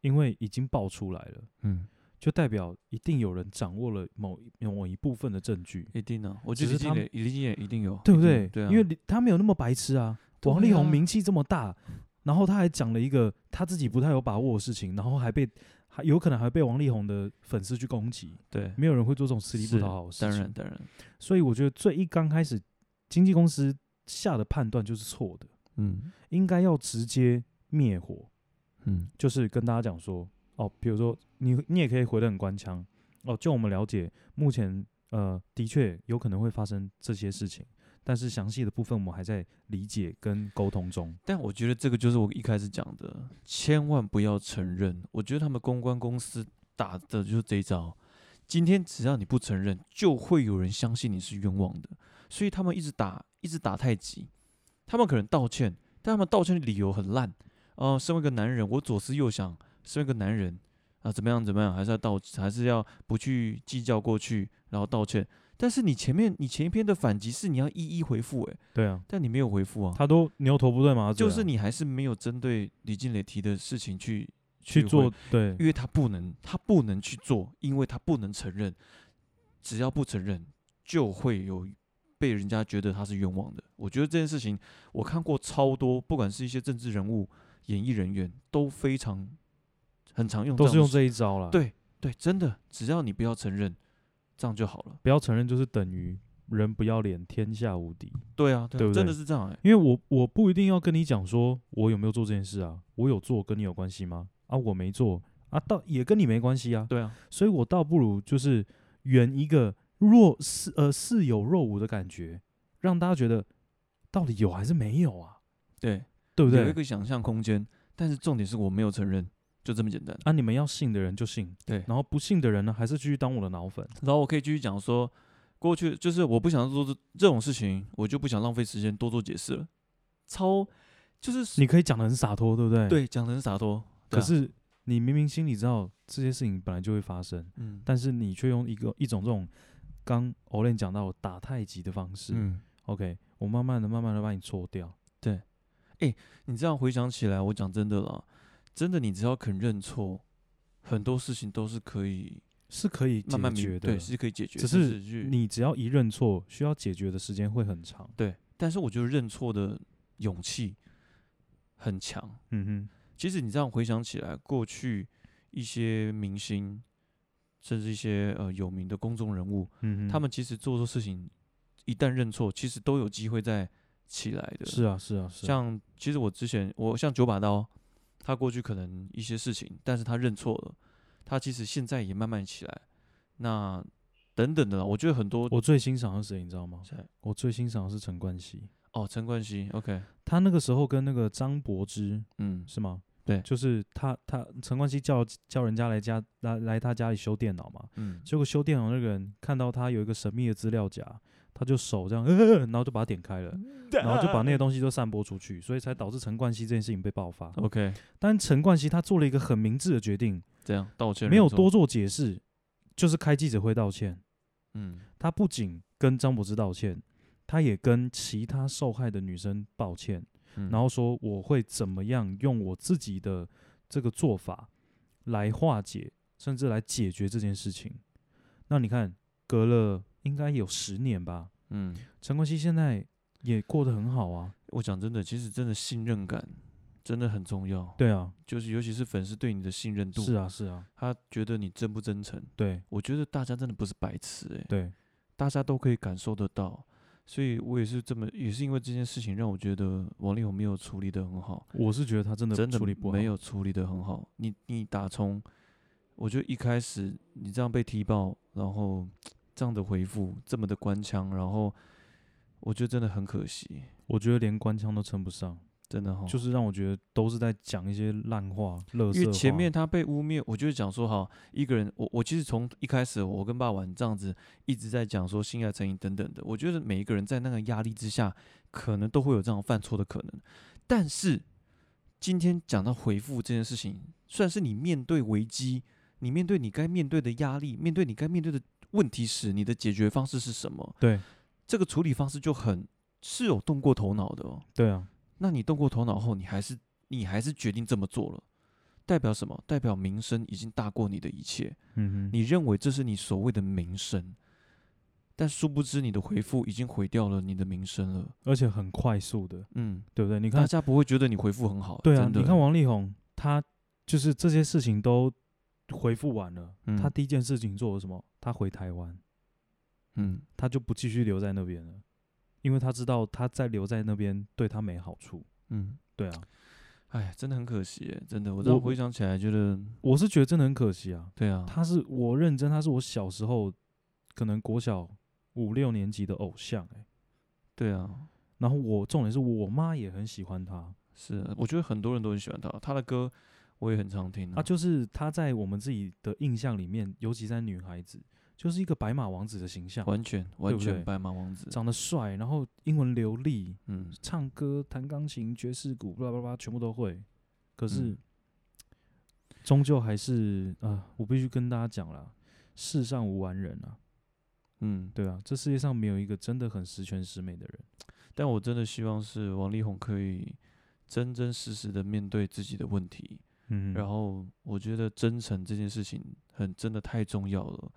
A: 因为已经爆出来了，
B: 嗯，
A: 就代表一定有人掌握了某一某一部分的证据，
B: 一定啊，我觉
A: 只
B: 得
A: 是他
B: 李李金也一定有，
A: 对
B: 一
A: 不
B: 定
A: 对？
B: 对啊，
A: 因为你他没有那么白痴啊，
B: 对
A: 王力宏
B: 啊
A: 名气这么大，然后他还讲了一个他自己不太有把握的事情，然后还被还有可能还被王力宏的粉丝去攻击，
B: 对，
A: 没有人会做这种吃力不
B: 是
A: 讨好的事情。
B: 当然，当然，
A: 所以我觉得最一刚开始，经纪公司下的判断就是错的，
B: 嗯
A: 应该要直接灭火，
B: 嗯
A: 就是跟大家讲说，哦，比如说你你也可以回得很官腔，哦，就我们了解，目前呃的确有可能会发生这些事情，但是详细的部分我们还在理解跟沟通中。
B: 但我觉得这个就是我一开始讲的，千万不要承认。我觉得他们公关公司打的就是这一招。今天只要你不承认，就会有人相信你是冤枉的，所以他们一直打，一直打太极。他们可能道歉，但他们道歉的理由很烂。哦、身为一个男人，我左思右想，身为一个男人啊，怎么样怎么样，还是要道，还是要不去计较过去，然后道歉。但是你前面，你前一篇的反击是你要一一回复，诶，
A: 对啊，
B: 但你没有回复啊。
A: 他都牛头不对马嘴啊、
B: 就是你还是没有针对李金磊提的事情去
A: 去
B: 回
A: 做，对
B: 因为他不能，他不能去做，因为他不能承认，只要不承认，就会有被人家觉得他是冤枉的。我觉得这件事情，我看过超多，不管是一些政治人物、演艺人员，都非常很常用，
A: 都是用这一啊招啦。，
B: 对对，真的，只要你不要承认，这样就好了。
A: 不要承认就是等于人不要脸，天下无敌。
B: 对啊，对啊
A: 对不
B: 真
A: 对
B: 的是这样哎、
A: 因为我我不一定要跟你讲说我有没有做这件事啊，我有做跟你有关系吗？啊，我没做啊，倒也跟你没关系啊，
B: 对啊，
A: 所以我倒不如就是圆一个若似呃似有若无的感觉，让大家觉得到底有还是没有啊，
B: 对，
A: 对不
B: 有一
A: 对？
B: 个想象空间，但是重点是我没有承认，就这么简单。
A: 啊，你们要信的人就信，
B: 对
A: 然后不信的人呢，还是继续当我的脑粉，
B: 然后我可以继续讲说，过去就是我不想做这这种事情，我就不想浪费时间多做解释了。超就是
A: 你可以讲的很洒脱，对不对？。啊
B: 对讲的很洒脱，对
A: 可
B: 啊
A: 是你明明心里知道这些事情本来就会发生，
B: 嗯
A: 但是你却用一个一种这种刚 Olen 讲到的打太极的方式、
B: 嗯，
A: o k 我慢慢的、慢慢的把你搓掉，
B: 你这样回想起来，我讲真的啦，真的你只要肯认错，很多事情都是可以
A: 是可以解
B: 慢慢
A: 决
B: 明
A: 的，
B: 对是可以解决，
A: 只
B: 甚
A: 是
B: 至去
A: 你只要一认错，需要解决的时间会很长。
B: 对，但是我觉得认错的勇气很强。
A: 嗯
B: 其实你这样回想起来，过去一些明星，甚至一些呃有名的公众人物，
A: 哼，嗯哼，
B: 他们其实做错事情，一旦认错，其实都有机会再起来的。
A: 是啊，是啊，是啊，
B: 像其实我之前我像九把刀，他过去可能一些事情，但是他认错了，他其实现在也慢慢起来，那等等的啦，我觉得很多
A: 我最欣赏的是谁，你知道吗？
B: 谁
A: 我最欣赏的是陈冠希，
B: 哦，陈冠希，OK，
A: 他那个时候跟那个张柏芝
B: 嗯，
A: 是吗？
B: 对
A: 就是他他陈冠希叫叫人家来家来来他家里修电脑嘛，
B: 嗯，
A: 结果修电脑那个人看到他有一个神秘的资料夹，他就手这样， 呃、然后就把它点开了，
B: 嗯
A: 然后就把 那个东西都散播出去，所以才导致陈冠希这件事情被爆发。
B: OK，
A: 但陈冠希他做了一个很明智的决定，
B: 这样道歉
A: 没有
B: 认错
A: 多，做解释，就是开记者会道歉。
B: 嗯，
A: 他不仅跟张柏芝道歉，他也跟其他受害的女生道歉，
B: 嗯
A: 然后说我会怎么样用我自己的这个做法来化解，甚至来解决这件事情。那你看，隔了应该有十年吧，
B: 嗯，
A: 陈冠希现在也过得很好啊。
B: 我讲真的，其实真的信任感真的很重要，
A: 对啊，
B: 就是尤其是粉丝对你的信任度，
A: 是啊，是啊，
B: 他觉得你真不真诚，
A: 对
B: 我觉得大家真的不是白痴哎、
A: 对，
B: 大家都可以感受得到，所以我也是这么，也是因为这件事情让我觉得王力宏没有处理的很好，
A: 我是觉得他真的
B: 真的
A: 处理不好，
B: 没有处理的很好。你你打从，我觉得一开始你这样被踢爆，然后这样的回复，这么的官腔，然后我觉得真的很可惜，
A: 我觉得连官腔都称不上，
B: 真的哈，
A: 就是是让我觉得都是在讲一些烂话、乐色
B: 哦因为前面他被污蔑，我就是讲说哈，一个人，我我其实从一开始我跟爸玩这样子一直在讲说性爱成瘾等等的，我觉得每一个人在那个压力之下，可能都会有这样犯错的可能。但是今天讲到回复这件事情，算是你面对危机，你面对你该面对的压力，面对你该面对的问题时，你的解决方式是什么？
A: 对
B: 这个处理方式就很是有动过头脑的哦。
A: 对啊，
B: 那你动过头脑后，你还是你还是决定这么做了，代表什么？代表名声已经大过你的一切。
A: 嗯哼，
B: 你认为这是你所谓的名声，但殊不知你的回复已经毁掉了你的名声了。
A: 而且很快速的，
B: 嗯，
A: 对不对？你
B: 大
A: 看，
B: 家不会觉得你回复很好。
A: 对啊，
B: 真的
A: 你看，王力宏，他就是这些事情都回复完了，
B: 嗯
A: 他第一件事情做了什么？他回台湾，
B: 嗯，
A: 他就不继续留在那边了，因为他知道他再留在那边对他没好处。
B: 嗯，
A: 对啊，
B: 哎，真的很可惜耶，真的，我
A: 我
B: 这样回想起来觉得，
A: 我是觉得真的很可惜啊。
B: 对啊，
A: 他是我认真，他是我小时候可能国小五六年级的偶像、欸，
B: 对啊，
A: 然后我重点是我妈也很喜欢他，
B: 是啊，我觉得很多人都很喜欢他，他的歌我也很常听
A: 啊，就是他在我们自己的印象里面，尤其在女孩子，就是一个白马王子的形象，
B: 完全完
A: 对不
B: 全
A: 对
B: 白马王子，
A: 长得帅，然后英文流利，
B: 嗯，
A: 唱歌、弹钢琴、爵士鼓，巴拉巴拉巴拉，全部都会。可是，
B: 嗯
A: 终究还是啊、我必须跟大家讲啦，世上无完人啊，
B: 嗯，
A: 对啊，这世界上没有一个真的很十全十美的人。
B: 但我真的希望是王力宏可以真真实实的面对自己的问题，
A: 嗯，
B: 然后我觉得真诚这件事情很真的太重要了。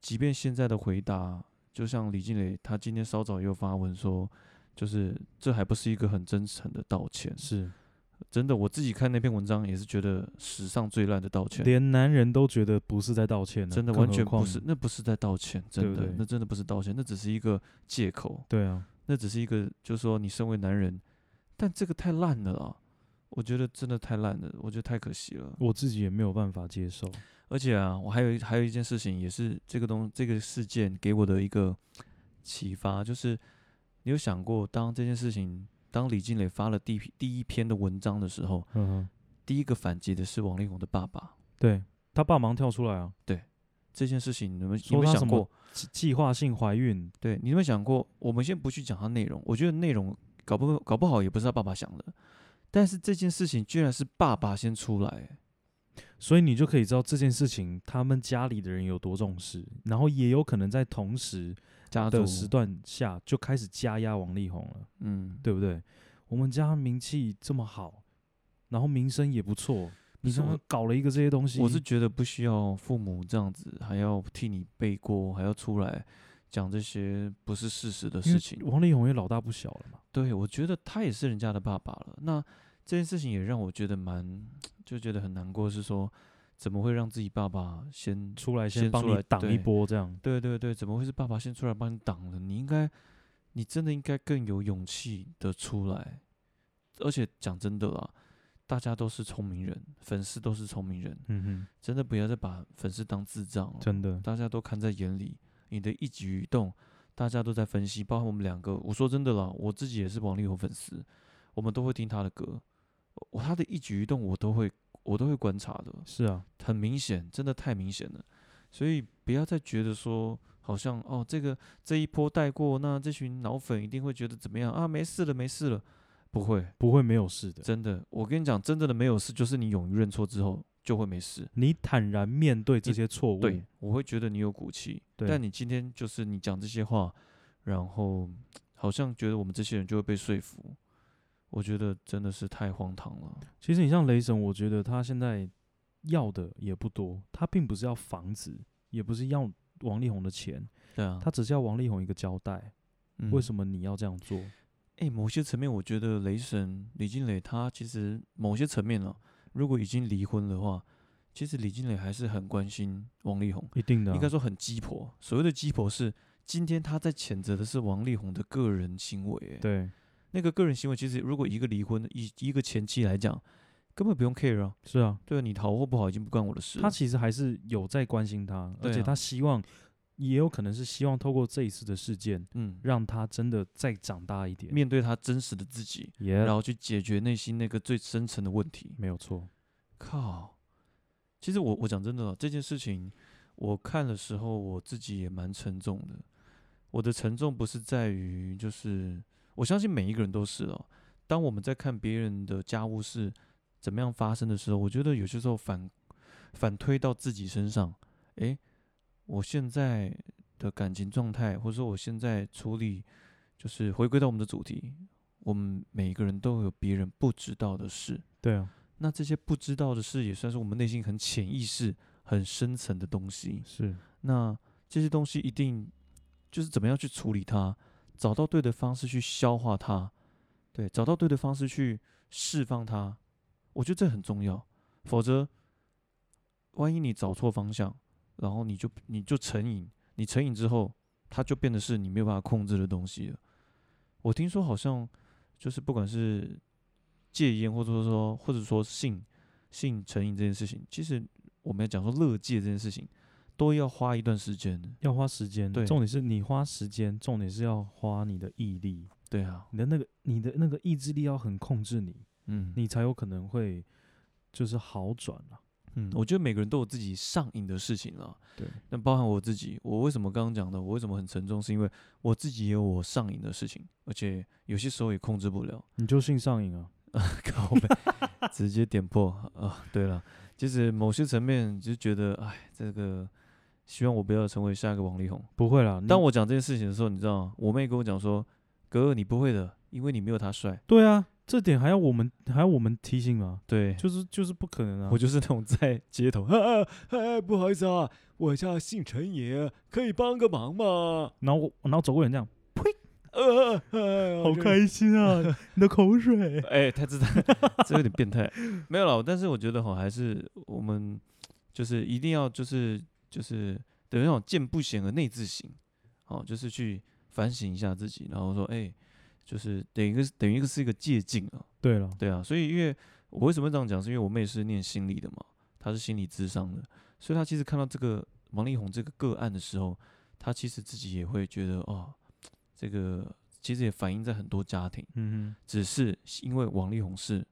B: 即便现在的回答，就像李静蕾，她今天稍早又发文说，就是这还不是一个很真诚的道歉。
A: 是
B: 真的，我自己看那篇文章也是觉得史上最烂的道歉，
A: 连男人都觉得不是在道歉呢，啊
B: 真的
A: 更
B: 完
A: 何
B: 全不
A: 况
B: 是，那不是在道歉，
A: 对
B: 真
A: 不
B: 的
A: 对，
B: 那真的不是道歉，那只是一个借口。
A: 对啊，
B: 那只是一个，就是说你身为男人，但这个太烂了啊！我觉得真的太烂了，我觉得太可惜了。
A: 我自己也没有办法接受。
B: 而且啊，我还有一还有一件事情，也是这个东这个事件给我的一个启发，就是你有想过，当这件事情，当李静蕾发了第一篇第一篇的文章的时候，
A: 嗯哼，
B: 第一个反击的是王力宏的爸爸。
A: 对他爸忙跳出来啊，
B: 这件事情，你们有
A: 说
B: 没有
A: 他
B: 想
A: 什
B: 过
A: 么？计计划性怀孕，
B: 对，你有没有想过？我们先不去讲它内容，我觉得内容搞不搞不好也不是他爸爸想的，但是这件事情居然是爸爸先出来，
A: 所以你就可以知道这件事情他们家里的人有多重视，然后也有可能在同时
B: 家族
A: 的时段下就开始加压王力宏了，
B: 嗯，
A: 对不对？我们家名气这么好，然后名声也不错，你
B: 是
A: 怎
B: 我
A: 么搞了一个这些东西？
B: 我是觉得不需要父母这样子，还要替你背锅，还要出来讲这些不是事实的
A: 因
B: 事
A: 为
B: 情。
A: 王力宏也老大不小了嘛，
B: 对，我觉得他也是人家的爸爸了。那这件事情也让我觉得蛮，就觉得很难过，是说怎么会让自己爸爸先
A: 出来
B: 先
A: 帮
B: 出
A: 你
B: 来
A: 挡一
B: 对
A: 波这样，
B: 对对对，怎么会是爸爸先出来帮你挡了？你应该，你真的应该更有勇气的出来。而且讲真的啦，大家都是聪明人，粉丝都是聪明人，
A: 嗯
B: 真的不要再把粉丝当智障
A: 哼，
B: 了。
A: 真的，
B: 大家都看在眼里，你的一举一动，大家都在分析，包括我们两个。我说真的啦，我自己也是王力宏粉丝，我们都会听他的歌，我他的一举一动我都会我都会观察的，
A: 是啊，
B: 很明显，真的太明显了。所以不要再觉得说，好像哦，这个这一波带过，那这群脑粉一定会觉得怎么样啊？没事了，没事了，不会，
A: 不会没有事的。
B: 真的，我跟你讲，真正的没有事，就是你勇于认错之后就会没事。
A: 你坦然面对这些错误，
B: 对，我会觉得你有骨气。
A: 对
B: 但你今天就是你讲这些话，然后好像觉得我们这些人就会被说服，我觉得真的是太荒唐了。
A: 其实你像雷神，我觉得他现在要的也不多，他并不是要房子，也不是要王力宏的钱，
B: 对啊，嗯
A: 他只是要王力宏一个交代，为什么你要这样做？
B: 哎、诶某些层面，我觉得雷神李金磊他其实某些层面啊，如果已经离婚的话，其实李金磊还是很关心王力宏，
A: 一定的啊、
B: 应该说很鸡婆。所谓的鸡婆是，今天他在谴责的是王力宏的个人行为、诶
A: 对，
B: 那个个人行为，其实如果一个离婚一一个前妻来讲，根本不用 care 啊。
A: 是啊，
B: 对啊，你好或不好已经不关我的事了。
A: 他其实还是有在关心他，而
B: 对
A: 且
B: 啊
A: 他希望，也有可能是希望透过这一次的事件，
B: 嗯，
A: 让他真的再长大一点。
B: 面对他真实的自己，
A: 也、
B: 然后去解决内心那个最深层的问题。
A: 没有错，
B: 靠，其实我我讲真的啦，这件事情我看的时候，我自己也蛮沉重的。我的沉重不是在于，就是我相信每一个人都是哦。当我们在看别人的家务事怎么样发生的时候，我觉得有些时候反反推到自己身上，诶，我现在的感情状态，或者说我现在处理，就是回归到我们的主题，我们每一个人都有别人不知道的事，
A: 对啊，
B: 那这些不知道的事，也算是我们内心很潜意识、很深层的东西。
A: 是
B: 那这些东西一定就是怎么样去处理它，找到对的方式去消化它，对，找到对的方式去释放它。我觉得这很重要，否则，万一你找错方向，然后你就你就成瘾，你成瘾之后，它就变得是你没有办法控制的东西了。我听说好像就是不管是戒烟，或者说或者说性性成瘾这件事情，其实我们要讲说乐戒这件事情，都要花一段时间的。
A: 要花时间，
B: 对
A: 重点是你花时间，重点是要花你的毅力，
B: 对啊，
A: 你的那个你的那个意志力要很控制你，
B: 嗯，
A: 你才有可能会就是好转啊。
B: 嗯，我觉得每个人都有自己上瘾的事情啦。
A: 对，
B: 那包含我自己，我为什么刚刚讲的，我为什么很沉重，是因为我自己也有我上瘾的事情，而且有些时候也控制 不了。
A: 你就性上瘾啊？
B: 靠背，直接点破啊、对了，其实某些层面就觉得，哎，这个希望我不要成为下一个王力宏。
A: 不会啦，
B: 当
A: 你
B: 我讲这件事情的时候，你知道吗？我妹跟我讲说，哥，你不会的，因为你没有他帅。
A: 对啊，这点还要我们还要我们提醒吗？
B: 对，
A: 就是就是不可能啊！
B: 我就是那种在街头， 啊啊，不好意思啊，我叫姓陈爷，可以帮个忙吗？
A: 然后我然后走过人这样，
B: 呃、啊啊，我就
A: 心 啊！你的口水，
B: 哎，他知道， 这有点变态，没有了。但是我觉得哈，还是我们就是一定要就是就是的那种见不贤而内自省，哦，就是去反省一下自己，然后说，哎、就是等于一个等于一个是一个借鉴啊，
A: 对了，
B: 对啊，所以因为我为什么会这样讲，是因为我妹是念心理的嘛，她是心理智商的，所以她其实看到这个王力宏这个个案的时候，她其实自己也会觉得哦，这个其实也反映在很多家庭，
A: 嗯
B: 只是因为王力宏是
A: 哼，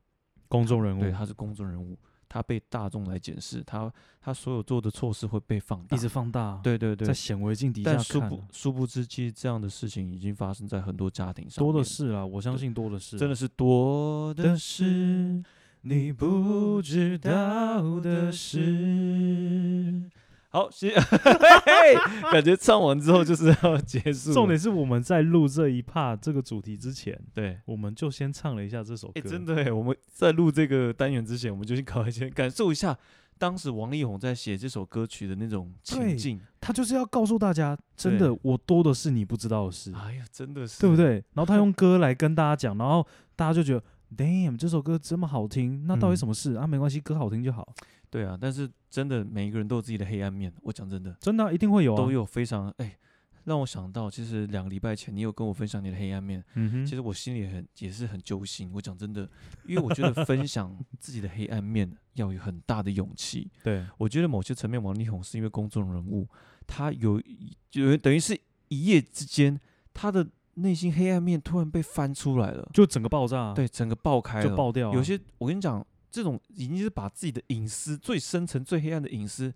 A: 公众人物
B: 对他是公众人物，他被大众来检视，他他所有做的错事会被放大，
A: 一直放大，，啊
B: 对对对
A: 在，显微镜底下
B: 但殊
A: 看
B: 不
A: 啊，
B: 殊不知，其实这样的事情已经发生在很多家庭上面，
A: 多的是啦，我相信多的是，
B: 真的是多的是你不知道的事。好，谢， 感觉唱完之后就是要结束了。
A: 重点是我们在录这一 part 这个主题之前，
B: 对，
A: 我们就先唱了一下这首歌，
B: 哎、真的哎，我们在录这个单元之前，我们就去搞一些感受一下当时王力宏在写这首歌曲的那种
A: 对
B: 情境。
A: 他就是要告诉大家，真的，我多的是你不知道的事，
B: 哎呀，真的是，
A: 对不？对？然后 他用歌来跟大家讲，然后大家就觉得。Damn，这首歌这么好听，那到底
B: 嗯
A: 什么事、啊？没关系，歌好听就好。
B: 对啊，但是真的每一个人都有自己的黑暗面。我讲真的，
A: 真的啊、一定会有啊，
B: 都有非常哎、让我想到，其实两个礼拜前你有跟我分享你的黑暗面，
A: 嗯哼，
B: 其实我心里很也是很揪心。我讲真的，因为我觉得 分享自己的黑暗面要有很大的勇气。
A: 对，
B: 我觉得某些层面，王力宏是因为公众人物，他有一有等于是一夜之间，他的内心黑暗面突然被翻出来了，
A: 就整个爆炸，，啊
B: 对，整个爆开
A: 就
B: 了。
A: 爆掉啊、
B: 有些我跟你讲，这种已经是把自己的隐私最深层、最黑暗的隐私，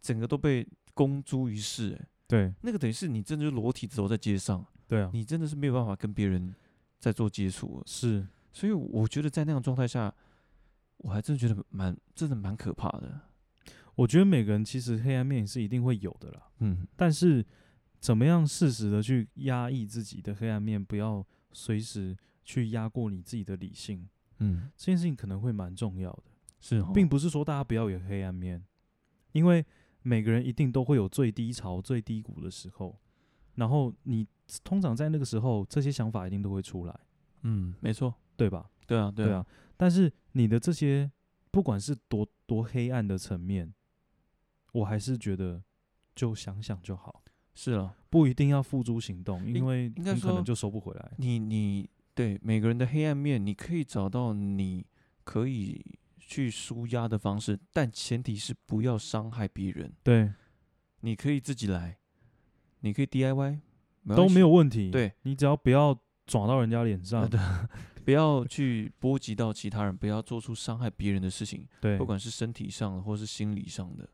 B: 整个都被公诸于世、欸。
A: 对
B: 那个等于是你真的就裸体走在街上，
A: 对啊，
B: 你真的是没有办法跟别人在做接触了。
A: 是
B: 所以我觉得在那种状态下，我还真的觉得蛮真的蛮可怕的。
A: 我觉得每个人其实黑暗面是一定会有的啦，
B: 嗯，
A: 但是怎么样适时的去压抑自己的黑暗面，不要随时去压过你自己的理性，
B: 嗯，
A: 这件事情可能会蛮重要的，
B: 是哦哈，
A: 并不是说大家不要有黑暗面，因为每个人一定都会有最低潮、最低谷的时候，然后你通常在那个时候，这些想法一定都会出来，
B: 嗯，没错，
A: 对吧？
B: 对啊，
A: 对啊，，但是你的这些不管是多多黑暗的层面，我还是觉得就想想就好，
B: 是啊了。
A: 不一定要付诸行动，
B: 应
A: 因为
B: 应该
A: 你可能
B: 说
A: 就收不回来。
B: 你你对每个人的黑暗面，你可以找到你可以去舒压的方式，但前提是不要伤害别人。
A: 对，
B: 你可以自己来，你可以 DIY，
A: 都没有
B: 关
A: 问题。
B: 系，对，啊
A: 你只要不要撞到人家脸上，
B: 对不要去波及到其他人，不要做出伤害别人的事情，
A: 对
B: 不管是身体上的或是心理上的，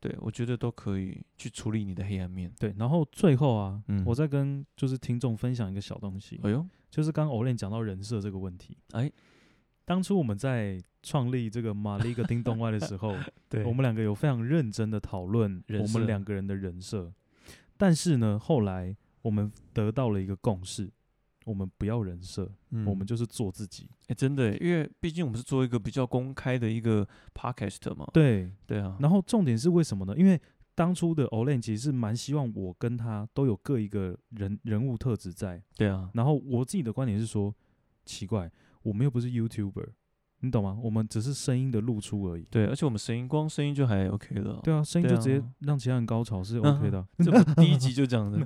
B: 对我觉得都可以去处理你的黑暗面。
A: 对。然后最后啊，
B: 嗯
A: 我再跟就是听众分享一个小东西，
B: 哎呦，
A: 就是刚欧练讲到人设这个问题。
B: 哎，
A: 当初我们在创立这个马里个叮咚外的时候，
B: 对
A: 我们两个有非常认真的讨论
B: 人
A: 我
B: 设
A: 们两个人的人设，但是呢，后来我们得到了一个共识，我们不要人设，我们
B: 就
A: 就是做自己。
B: 哎、真的耶，因为毕竟我们是做一个比较公开的一个 podcast 嘛，
A: 对，
B: 对啊，
A: 然后重点是为什么呢？因为当初的 Olen 其实是蛮希望我跟他都有各一个人人物特质在，
B: 对啊，
A: 然后我自己的观点是说，奇怪，我们又不是 YouTuber，你懂吗？我们只是声音的露出而已。
B: 对，而且我们声音光声音就还 OK 了。
A: 对啊，声音就
B: 对啊
A: 直接让其他人高潮是
B: 嗯
A: OK 的啊、
B: 这 我第一集就讲的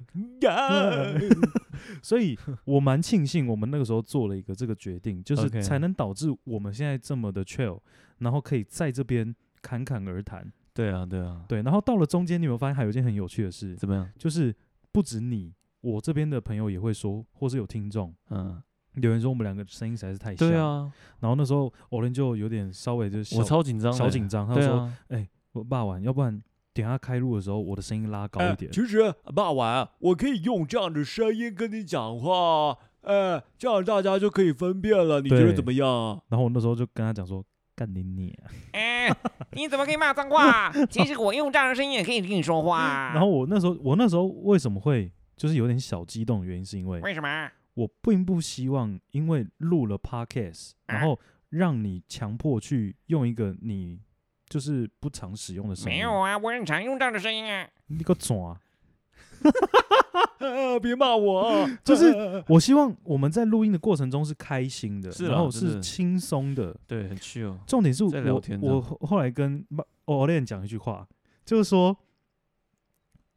A: 所以我蛮庆幸我们那个时候做了一个这个决定，就是
B: OK
A: 才能导致我们现在这么的 chill，然后可以在这边侃侃而谈。
B: 对啊，对啊，
A: 对，然后到了中间，你有没有发现还有一件很有趣的事，
B: 怎么样？
A: 就是不止你，我这边的朋友也会说，或是有听众
B: 嗯，
A: 有人说我们两个声音实在是太像。
B: 对。啊，
A: 然后那时候 o l n 就有点稍微就是
B: 我
A: 小
B: 超紧张的，
A: 小紧张，他就
B: 对
A: 说：“
B: 啊，
A: 我爸玩，要不然等一下开录的时候我的声音拉高一点。
B: 其实傍晚我可以用这样的声音跟你讲话，哎，这样大家就可以分辨了。你
A: 觉得怎么
B: 样啊？
A: 然后我那时候就跟他讲说：“干你你、
C: 哎，你怎么可以骂脏话？ 其实我用这样的声音也可以跟你说话。
B: 啊
A: 然后我那时候，我那时候为什么会就是有点小激动，原因是因为
C: 为什么？
A: 我并不希望，因为录了 podcast，
C: 啊
A: 然后让你强迫去用一个你就是不常使用的声
C: 没
A: 音，
C: 有啊，我很常用这样的声音啊。
A: 你个爪！
B: 哎别骂我啊，
A: 就是我希望我们在录音的过程中是开心的，
B: 是啦
A: 然后
B: 真
A: 是
B: 的
A: 轻松的。
B: 对，很 chill。
A: 重点是
B: 在聊
A: 我
B: 天这样
A: 我后后来跟欧练讲一句话，就是说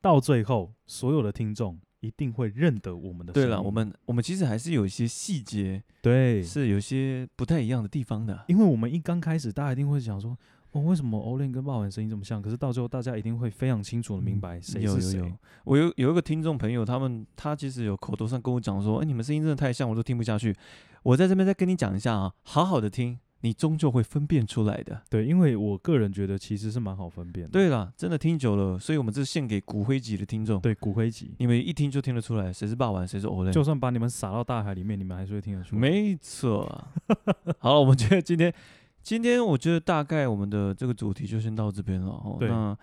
A: 到最后，所有的听众一定会认得我们的声
B: 对
A: 音。
B: 了，我们我们其实还是有一些细节
A: 对
B: 是有一些不太一样的地方的。
A: 因为我们一刚开始，大家一定会想说，哦，为什么欧练跟霸王声音这么像？可是到最后，大家一定会非常清楚的明白谁
B: 嗯有
A: 是
B: 有
A: 谁。
B: 有，我有有一个听众朋友，他们他其实有口头上跟我讲说，哎、你们声音真的太像，我都听不下去。我在这边再跟你讲一下啊，好好的听，你终究会分辨出来的。
A: 对，因为我个人觉得其实是蛮好分辨的。
B: 对啦，真的听久了，所以我们这是献给骨灰级的听众，
A: 对，骨灰级，
B: 你们一听就听得出来谁是霸王，谁是 Olay。
A: 就算把你们撒到大海里面，你们还是会听得出来。
B: 没 错啊。好了，我们觉得今天，今天我觉得大概我们的这个主题就先到这边了哦。
A: 对
B: 那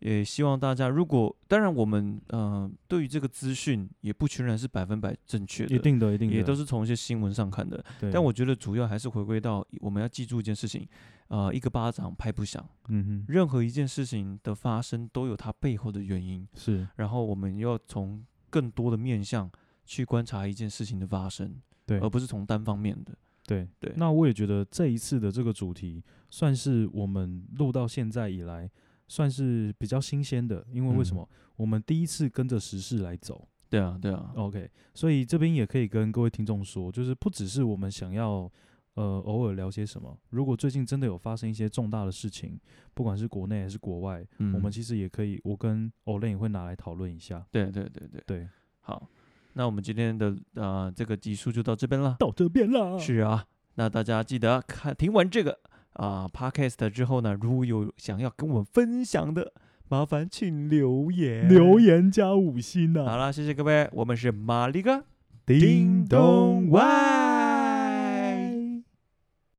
B: 也希望大家，如果当然我们呃对于这个资讯也不全然是百分百正确的，
A: 一定的，一定的，
B: 也都是从一些新闻上看的。
A: 对。
B: 但我觉得主要还是回归到我们要记住一件事情，呃，一个巴掌拍不响，
A: 嗯哼，
B: 任何一件事情的发生都有它背后的原因，
A: 是
B: 然后我们要从更多的面向去观察一件事情的发生，
A: 对
B: 而不是从单方面的。
A: 对
B: 对
A: 那我也觉得这一次的这个主题，算是我们录到现在以来算是比较新鲜的，因为为什
B: 嗯
A: 么？我们第一次跟着时事来走。
B: 对啊，对啊，
A: OK，所以这边也可以跟各位听众说，就是不只是我们想要呃偶尔聊些什么，如果最近真的有发生一些重大的事情，不管是国内还是国外，
B: 嗯，
A: 我们其实也可以，我跟 Olen 也会拿来讨论一下。
B: 对对对对，
A: 对，
B: 好，那我们今天的呃这个集数就到这边了。
A: 到这边啦，
B: 是啊，那大家记得看听完这个啊、podcast 之后呢，如果有想要跟我们分享的，麻烦请留言
A: 留。言加五星啊！
B: 好啦，谢谢各位，我们是马力哥，
A: 叮
B: 叮
A: 咚
B: 咚
A: 外。